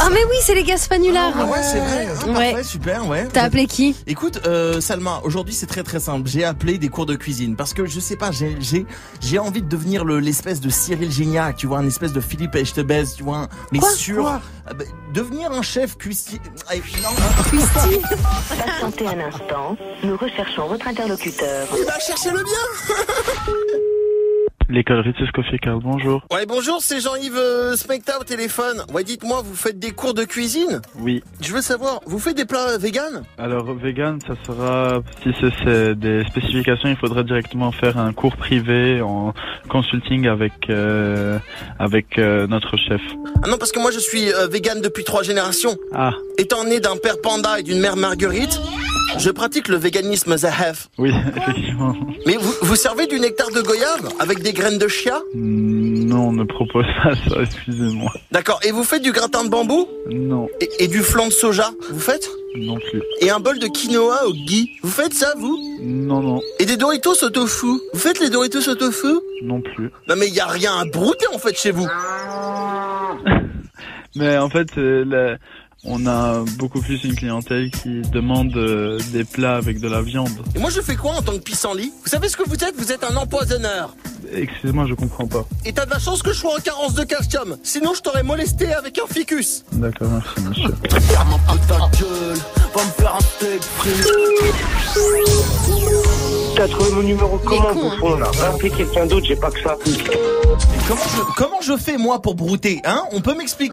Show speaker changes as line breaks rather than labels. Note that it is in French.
Ah mais oui, c'est les Gaspanulars.
Ah ouais, c'est vrai. Ah,
Ouais.
parfait, super, ouais.
T'as appelé qui
Écoute, euh, Salma, aujourd'hui c'est très très simple. J'ai appelé des cours de cuisine parce que je sais pas, j'ai j'ai j'ai envie de devenir le- l'espèce de Cyril Gignac, tu vois, un espèce de Philippe Echtebest, tu vois, un- mais
Quoi
sûr.
Quoi
Ah bah, devenir un chef cuisinier. Ah,
Christy
Patientez un instant, nous recherchons votre interlocuteur.
Il va chercher le bien.
L'école Ritz Coffee Carl, bonjour.
Ouais, bonjour, c'est Jean-Yves euh, Specta au téléphone. Ouais, dites-moi, vous faites des cours de cuisine
Oui.
Je veux savoir, vous faites des plats euh, vegan
Alors, vegan, ça sera, si c'est- c'est des spécifications, il faudra directement faire un cours privé en consulting avec, euh, avec euh, notre chef.
Ah non, parce que moi je suis euh, vegan depuis trois générations.
Ah,
Étant né d'un père panda et d'une mère marguerite, je pratique le véganisme Zahef.
oui, effectivement.
Mais vous, vous servez du nectar de goyave avec des graines de chia
Non, on ne propose pas ça, excusez-moi.
D'accord. Et vous faites du gratin de bambou
Non,
et, et du flan de soja Vous faites
non plus.
Et un bol de quinoa au gui Vous faites ça, vous
Non, non,
Et des Doritos au tofu Vous faites les Doritos au tofu
non plus.
Non mais il y a rien à brouter en fait chez vous.
Mais en fait, euh, la- on a beaucoup plus une clientèle qui demande euh, des plats avec de la viande.
Et moi je fais quoi en tant que pissenlit Vous savez ce que vous êtes Vous êtes un empoisonneur.
Excusez-moi, je comprends pas.
Et t'as de la chance que je sois en carence de calcium. Sinon je t'aurais molesté avec un ficus.
D'accord, merci, monsieur.
T'as trouvé mon numéro
Il est
comment,
con, hein.
bouffon, là Va appeler quelqu'un d'autre, j'ai pas que ça.
Comment je, comment je fais moi pour brouter Hein On peut m'expliquer